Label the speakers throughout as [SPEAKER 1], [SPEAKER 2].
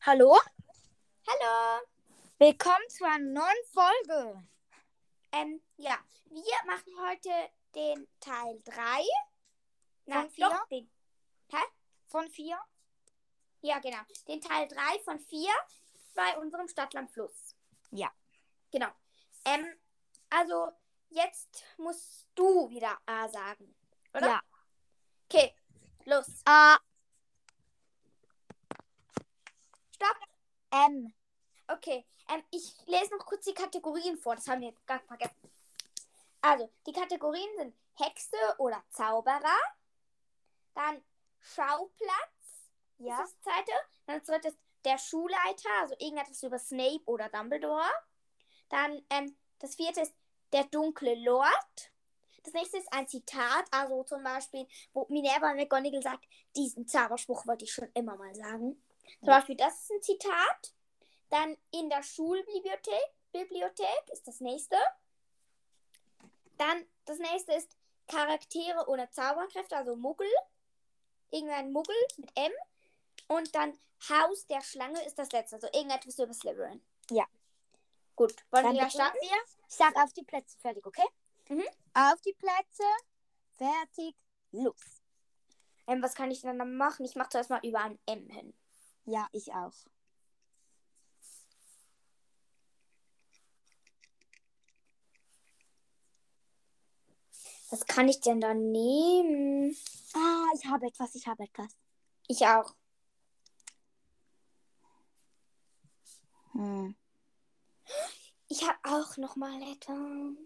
[SPEAKER 1] Hallo,
[SPEAKER 2] Hallo.
[SPEAKER 1] willkommen zu einer neuen Folge.
[SPEAKER 2] Ähm, ja, wir machen heute den Teil 3. Nein,
[SPEAKER 1] Von vier?
[SPEAKER 2] doch, den,
[SPEAKER 1] Von vier.
[SPEAKER 2] ja, genau. Den Teil 3 von 4 bei unserem Stadtland Fluss.
[SPEAKER 1] Ja.
[SPEAKER 2] Genau. Ähm, also, jetzt musst du wieder A sagen. Oder?
[SPEAKER 1] Ja.
[SPEAKER 2] Okay, los.
[SPEAKER 1] A,
[SPEAKER 2] Stopp.
[SPEAKER 1] M,
[SPEAKER 2] Okay, ähm, ich lese noch kurz die Kategorien vor. Das haben wir jetzt gar vergessen. Also, die Kategorien sind Hexe oder Zauberer. Dann Schauplatz.
[SPEAKER 1] Ja.
[SPEAKER 2] Das ist das zweite. Dann das dritte ist der Schulleiter, also irgendetwas über Snape oder Dumbledore. Dann ähm, das vierte ist der dunkle Lord. Das nächste ist ein Zitat, also zum Beispiel, wo Minerva McGonagall sagt, diesen Zauberspruch wollte ich schon immer mal sagen. Zum Beispiel, das ist ein Zitat. Dann in der Schulbibliothek Bibliothek ist das nächste. Dann das nächste ist Charaktere ohne Zauberkräfte, also Muggel. Irgendein Muggel mit M. Und dann Haus der Schlange ist das letzte, also irgendetwas über Slytherin.
[SPEAKER 1] Ja.
[SPEAKER 2] Gut, wollen wir
[SPEAKER 1] Dann
[SPEAKER 2] gleich starten?
[SPEAKER 1] beginnen wir. Ich sag auf die Plätze fertig, okay?
[SPEAKER 2] Mhm.
[SPEAKER 1] Auf die Plätze, fertig, los.
[SPEAKER 2] Ähm, was kann ich denn dann machen? Ich mache zuerst mal über ein M hin.
[SPEAKER 1] Ja, ich auch.
[SPEAKER 2] Was kann ich denn dann nehmen?
[SPEAKER 1] Ah, ich habe etwas, ich habe etwas.
[SPEAKER 2] Ich auch.
[SPEAKER 1] Hm.
[SPEAKER 2] Ich habe auch noch mal etwas.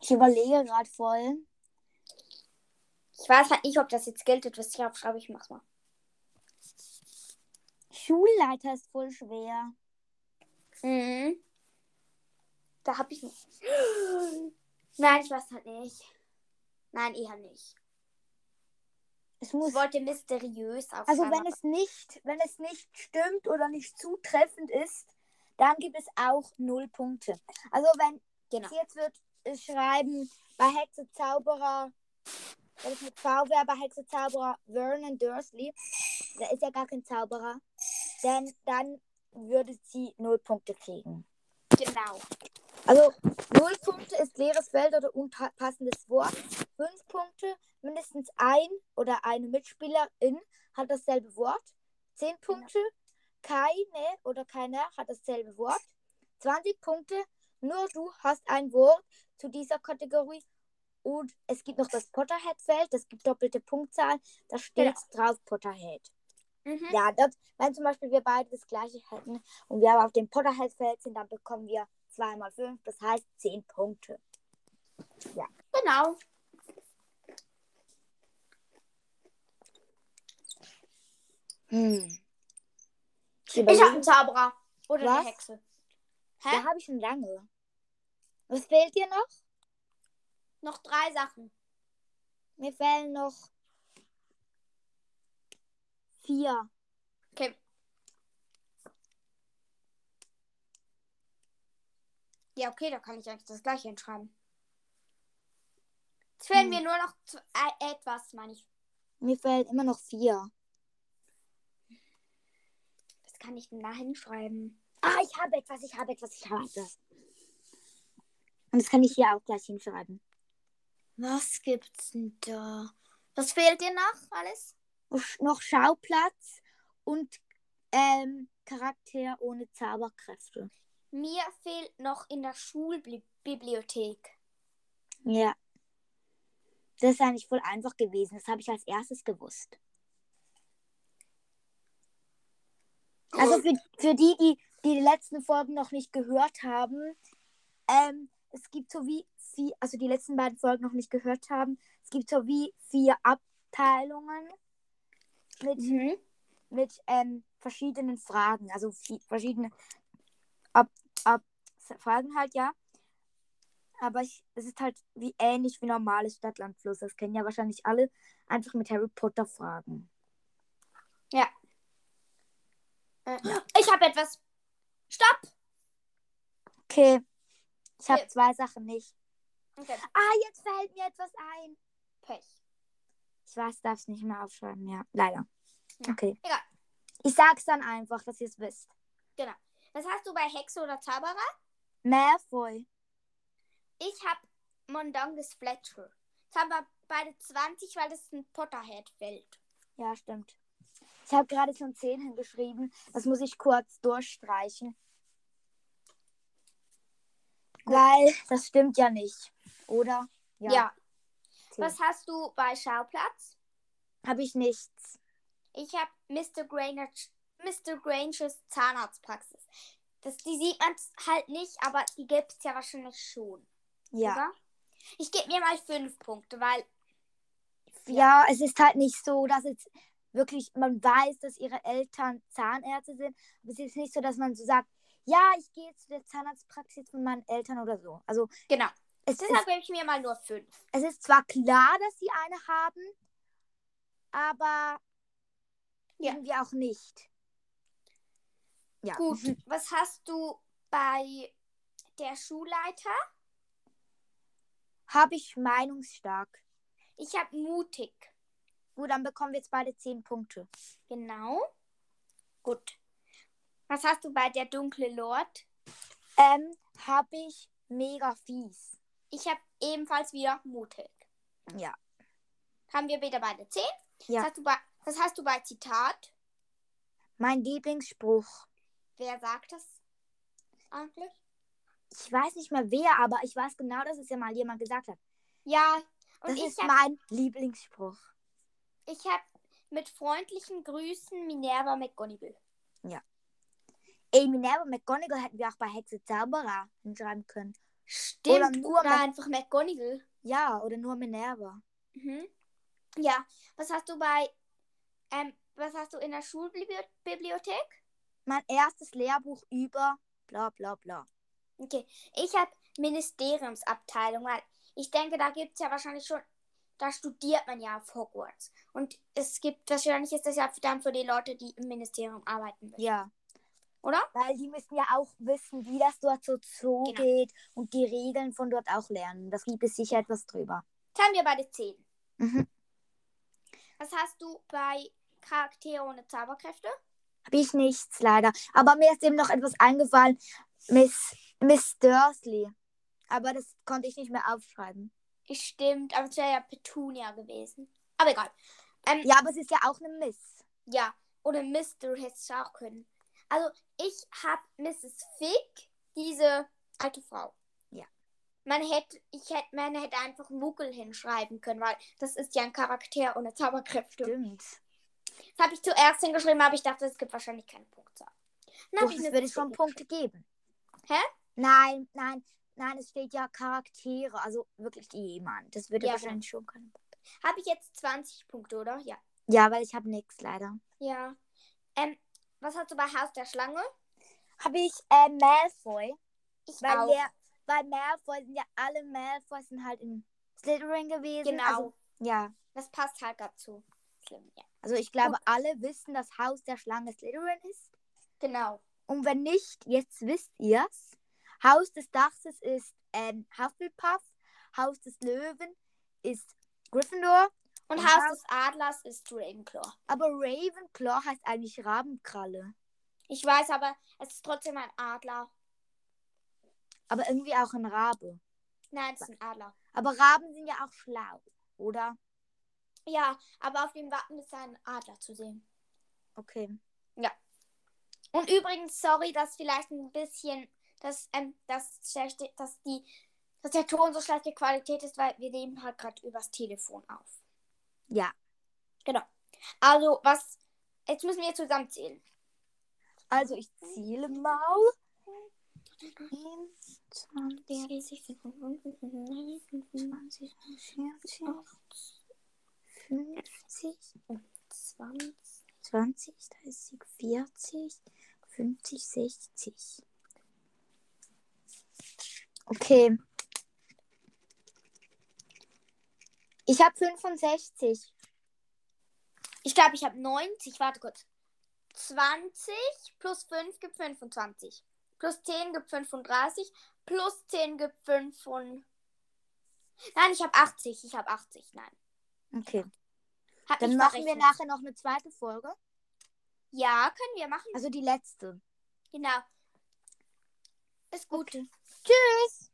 [SPEAKER 1] Ich überlege gerade voll.
[SPEAKER 2] Ich weiß halt nicht, ob das jetzt gilt, was ich aufschreibe. Ich mach's mal.
[SPEAKER 1] Schulleiter ist voll schwer.
[SPEAKER 2] Mhm. Da hab ich nicht. Nein, ich weiß halt nicht. Nein, eher nicht.
[SPEAKER 1] Es
[SPEAKER 2] Ich
[SPEAKER 1] muss
[SPEAKER 2] wollte mysteriös aufschreiben.
[SPEAKER 1] Also wenn es nicht, wenn es nicht stimmt oder nicht zutreffend ist, dann gibt es auch null Punkte. Also wenn
[SPEAKER 2] Genau.
[SPEAKER 1] sie jetzt wird äh, schreiben, bei Hexe Zauberer, wenn es mit V wäre, bei Hexe Zauberer Vernon Dursley, der ist ja gar kein Zauberer, denn dann würde sie null Punkte kriegen.
[SPEAKER 2] Genau.
[SPEAKER 1] Also null Punkte ist leeres Feld oder unpassendes Wort. Fünf Punkte, mindestens ein oder eine Mitspielerin hat dasselbe Wort. Zehn Punkte, keine oder keiner hat dasselbe Wort. 20 Punkte, nur du hast ein Wort zu dieser Kategorie. Und es gibt noch das Potterhead-Feld, das gibt doppelte Punktzahl, da steht drauf Potterhead.
[SPEAKER 2] Mhm.
[SPEAKER 1] Ja, das, wenn zum Beispiel wir beide das gleiche hätten und wir aber auf dem Potterhead-Feld sind, dann bekommen wir 2 mal 5, das heißt 10 Punkte.
[SPEAKER 2] Genau.
[SPEAKER 1] Hm. Ich
[SPEAKER 2] Ich habe
[SPEAKER 1] überlege,
[SPEAKER 2] einen Zauberer. Oder
[SPEAKER 1] Was?
[SPEAKER 2] eine Hexe. Hä?
[SPEAKER 1] da habe ich schon lange. Was fehlt dir noch?
[SPEAKER 2] Noch drei Sachen.
[SPEAKER 1] Mir fehlen noch 4.
[SPEAKER 2] Okay. Ja, okay, da kann ich eigentlich das gleiche hinschreiben. Jetzt fehlen
[SPEAKER 1] Hm.
[SPEAKER 2] mir nur noch zw- äh, etwas, meine ich.
[SPEAKER 1] Mir fehlen immer noch 4.
[SPEAKER 2] Was kann ich denn da hinschreiben?
[SPEAKER 1] Ah, ich habe etwas, ich habe etwas, ich habe etwas. Und das kann ich hier auch gleich hinschreiben.
[SPEAKER 2] Was gibt's denn da? Was fehlt dir noch alles?
[SPEAKER 1] Noch- Noch Schauplatz und ähm, Charakter ohne Zauberkräfte.
[SPEAKER 2] Mir fehlt noch in der Schulbibliothek.
[SPEAKER 1] Ja. Das ist eigentlich voll einfach gewesen. Das habe ich als erstes gewusst. Also für, für die, die die, die letzten Folgen noch nicht gehört haben, ähm, es gibt so wie vier, also die letzten beiden Folgen noch nicht gehört haben, es gibt so wie vier Abteilungen mit,
[SPEAKER 2] Mhm.
[SPEAKER 1] mit ähm, verschiedenen Fragen. Also vi- verschiedene Ab Ab Fragen halt, ja. Aber ich, es ist halt wie ähnlich wie normales Stadtlandfluss. Das kennen ja wahrscheinlich alle. Einfach mit Harry Potter Fragen.
[SPEAKER 2] Äh, Ich habe etwas. Stopp!
[SPEAKER 1] Okay. Ich
[SPEAKER 2] habe
[SPEAKER 1] habe zwei Sachen nicht.
[SPEAKER 2] Okay.
[SPEAKER 1] Ah, jetzt fällt mir etwas ein.
[SPEAKER 2] Pech.
[SPEAKER 1] Ich weiß, darf es nicht mehr aufschreiben, ja. Leider.
[SPEAKER 2] Ja.
[SPEAKER 1] Okay.
[SPEAKER 2] Egal.
[SPEAKER 1] Ich sag's dann einfach, dass ihr es wisst.
[SPEAKER 2] Was hast du bei Hexe oder Zauberer?
[SPEAKER 1] Malfoy.
[SPEAKER 2] Ich habe Mondongus Fletcher. Jetzt haben wir beide 20, weil das ein Potterhead-Feld.
[SPEAKER 1] Ja, stimmt. Ich habe gerade schon 10 hingeschrieben. Das muss ich kurz durchstreichen. Weil das stimmt ja nicht. Oder? zehn.
[SPEAKER 2] Was hast du bei Schauplatz?
[SPEAKER 1] Habe ich nichts.
[SPEAKER 2] Ich habe Mr. Granger, Mr. Grangers Zahnarztpraxis. Das, die sieht man halt nicht, aber die gibt es ja wahrscheinlich schon.
[SPEAKER 1] Ja.
[SPEAKER 2] Oder? Ich gebe mir mal fünf Punkte, weil
[SPEAKER 1] Ja, es ist halt nicht so, dass jetzt wirklich, man weiß, dass ihre Eltern Zahnärzte sind. Aber es ist nicht so, dass man so sagt, ja, ich gehe jetzt zu der Zahnarztpraxis von meinen Eltern oder so. Also
[SPEAKER 2] genau.
[SPEAKER 1] es ist
[SPEAKER 2] Deshalb gebe ich mir mal nur fünf.
[SPEAKER 1] es ist zwar klar, dass sie eine haben, aber
[SPEAKER 2] Ja.
[SPEAKER 1] irgendwie auch nicht. Ja.
[SPEAKER 2] Gut. Was hast du bei der Schulleiter?
[SPEAKER 1] Habe ich meinungsstark.
[SPEAKER 2] Ich habe mutig.
[SPEAKER 1] Gut, dann bekommen wir jetzt beide 10 Punkte.
[SPEAKER 2] Genau. Gut. Was hast du bei der dunkle Lord?
[SPEAKER 1] Ähm, habe ich mega fies.
[SPEAKER 2] Ich habe ebenfalls wieder mutig.
[SPEAKER 1] Ja.
[SPEAKER 2] Haben wir wieder beide zehn?
[SPEAKER 1] Ja.
[SPEAKER 2] Was hast du bei, was hast du bei Zitat?
[SPEAKER 1] Mein Lieblingsspruch.
[SPEAKER 2] Wer sagt das eigentlich?
[SPEAKER 1] Ich weiß nicht mehr wer, aber ich weiß genau, dass es ja mal jemand gesagt hat.
[SPEAKER 2] Ja.
[SPEAKER 1] Das
[SPEAKER 2] Und ich
[SPEAKER 1] ist
[SPEAKER 2] habe
[SPEAKER 1] mein Lieblingsspruch.
[SPEAKER 2] ich hab mit freundlichen Grüßen Minerva McGonagall.
[SPEAKER 1] Ey, Minerva McGonagall hätten wir auch bei Hexe Zauberer hinschreiben können.
[SPEAKER 2] Stimmt.
[SPEAKER 1] Oder nur
[SPEAKER 2] oder
[SPEAKER 1] Mac-
[SPEAKER 2] einfach McGonagall.
[SPEAKER 1] Ja, oder nur Minerva.
[SPEAKER 2] Mhm. Ja. Was hast du bei ähm, was hast du in der Schulbibliothek?
[SPEAKER 1] Mein erstes Lehrbuch über bla bla bla.
[SPEAKER 2] Okay, ich habe Ministeriumsabteilung, weil ich denke, da gibt es ja wahrscheinlich schon, da studiert man ja auf Hogwarts. Und es gibt, wahrscheinlich ist das ja dann für die Leute, die im Ministerium arbeiten müssen.
[SPEAKER 1] Ja.
[SPEAKER 2] Oder?
[SPEAKER 1] Weil die müssen ja auch wissen, wie das dort so zugeht
[SPEAKER 2] Genau.
[SPEAKER 1] und die Regeln von dort auch lernen. Das gibt es sicher etwas drüber.
[SPEAKER 2] Jetzt haben wir beide 10.
[SPEAKER 1] Mhm.
[SPEAKER 2] Was hast du bei Charaktere ohne Zauberkräfte?
[SPEAKER 1] Habe ich nichts, leider. Aber mir ist eben noch etwas eingefallen. Miss, Miss Dursley. Aber das konnte ich nicht mehr aufschreiben.
[SPEAKER 2] Stimmt, aber es wäre ja Petunia gewesen. Aber egal. Ähm,
[SPEAKER 1] Ja, aber es ist ja auch eine Miss.
[SPEAKER 2] Ja, oder Mr. hättest du auch können. Also, ich habe Mrs. Fig, diese alte Frau.
[SPEAKER 1] Ja.
[SPEAKER 2] Man hätte, ich hätte, man hätte einfach Muggel hinschreiben können, weil das ist ja ein Charakter ohne Zauberkräfte.
[SPEAKER 1] Stimmt.
[SPEAKER 2] Das habe ich zuerst hingeschrieben, aber ich dachte, es gibt wahrscheinlich keine Punktzahl. Dann hab
[SPEAKER 1] Doch,
[SPEAKER 2] ich
[SPEAKER 1] es
[SPEAKER 2] Mrs.
[SPEAKER 1] würde schon
[SPEAKER 2] Fig
[SPEAKER 1] Punkte geben.
[SPEAKER 2] Hä?
[SPEAKER 1] Nein, nein, nein, es steht ja Charaktere. Also wirklich jemand. Das würde
[SPEAKER 2] Ja, genau.
[SPEAKER 1] wahrscheinlich schon können.
[SPEAKER 2] hingeschrieben. Habe ich jetzt 20 Punkte, oder? Ja.
[SPEAKER 1] Ja, weil ich habe nichts, leider.
[SPEAKER 2] Ja. Ähm, was hast du bei Haus der Schlange?
[SPEAKER 1] Habe ich äh, Malfoy.
[SPEAKER 2] Ich
[SPEAKER 1] Weil,
[SPEAKER 2] auch.
[SPEAKER 1] der, weil Malfoy sind ja alle Malfoy sind halt in Slytherin gewesen.
[SPEAKER 2] Genau.
[SPEAKER 1] Also, ja.
[SPEAKER 2] das passt halt dazu. Schlimm, ja.
[SPEAKER 1] Also ich glaube, alle wissen, dass Haus der Schlange Slytherin ist.
[SPEAKER 2] Genau.
[SPEAKER 1] Und wenn nicht, jetzt wisst ihr's. Haus des Dachses ist ähm, Hufflepuff. Haus des Löwen ist Gryffindor.
[SPEAKER 2] Und,
[SPEAKER 1] Und
[SPEAKER 2] Haus
[SPEAKER 1] Haus-
[SPEAKER 2] des Adlers ist Ravenclaw.
[SPEAKER 1] Aber Ravenclaw heißt eigentlich Rabenkralle.
[SPEAKER 2] Ich weiß, aber es ist trotzdem ein Adler.
[SPEAKER 1] Aber irgendwie auch ein Rabe.
[SPEAKER 2] Nein, es ist ein Adler.
[SPEAKER 1] Aber Raben sind ja auch schlau, oder?
[SPEAKER 2] Ja, aber auf dem Wappen ist ein Adler zu sehen.
[SPEAKER 1] Okay.
[SPEAKER 2] Und übrigens, sorry, dass vielleicht ein bisschen, dass, ähm, dass, schlechte, dass, die, dass der Ton so schlechte Qualität ist, weil wir nehmen halt gerade übers Telefon auf.
[SPEAKER 1] Ja.
[SPEAKER 2] Genau. Also, was. Jetzt müssen wir zusammenzählen.
[SPEAKER 1] Also ich ziele mal. Eins, zwei,
[SPEAKER 2] 30, 35,
[SPEAKER 1] 20, 40, 50,
[SPEAKER 2] 20.
[SPEAKER 1] 20, 30, 40, 50, 60. Okay. Ich habe 65.
[SPEAKER 2] Ich glaube, ich habe 90. Warte kurz. 20 plus 5 gibt 25. Plus 10 gibt 35. Plus 10 gibt 5 und... Nein, ich habe 80. Ich habe 80. Nein.
[SPEAKER 1] Okay.
[SPEAKER 2] Hab
[SPEAKER 1] Dann
[SPEAKER 2] ich
[SPEAKER 1] machen wir
[SPEAKER 2] verrechnet.
[SPEAKER 1] nachher noch eine zweite Folge.
[SPEAKER 2] Ja, können wir machen.
[SPEAKER 1] Also die letzte.
[SPEAKER 2] Genau. Ist gut.
[SPEAKER 1] Tschüss.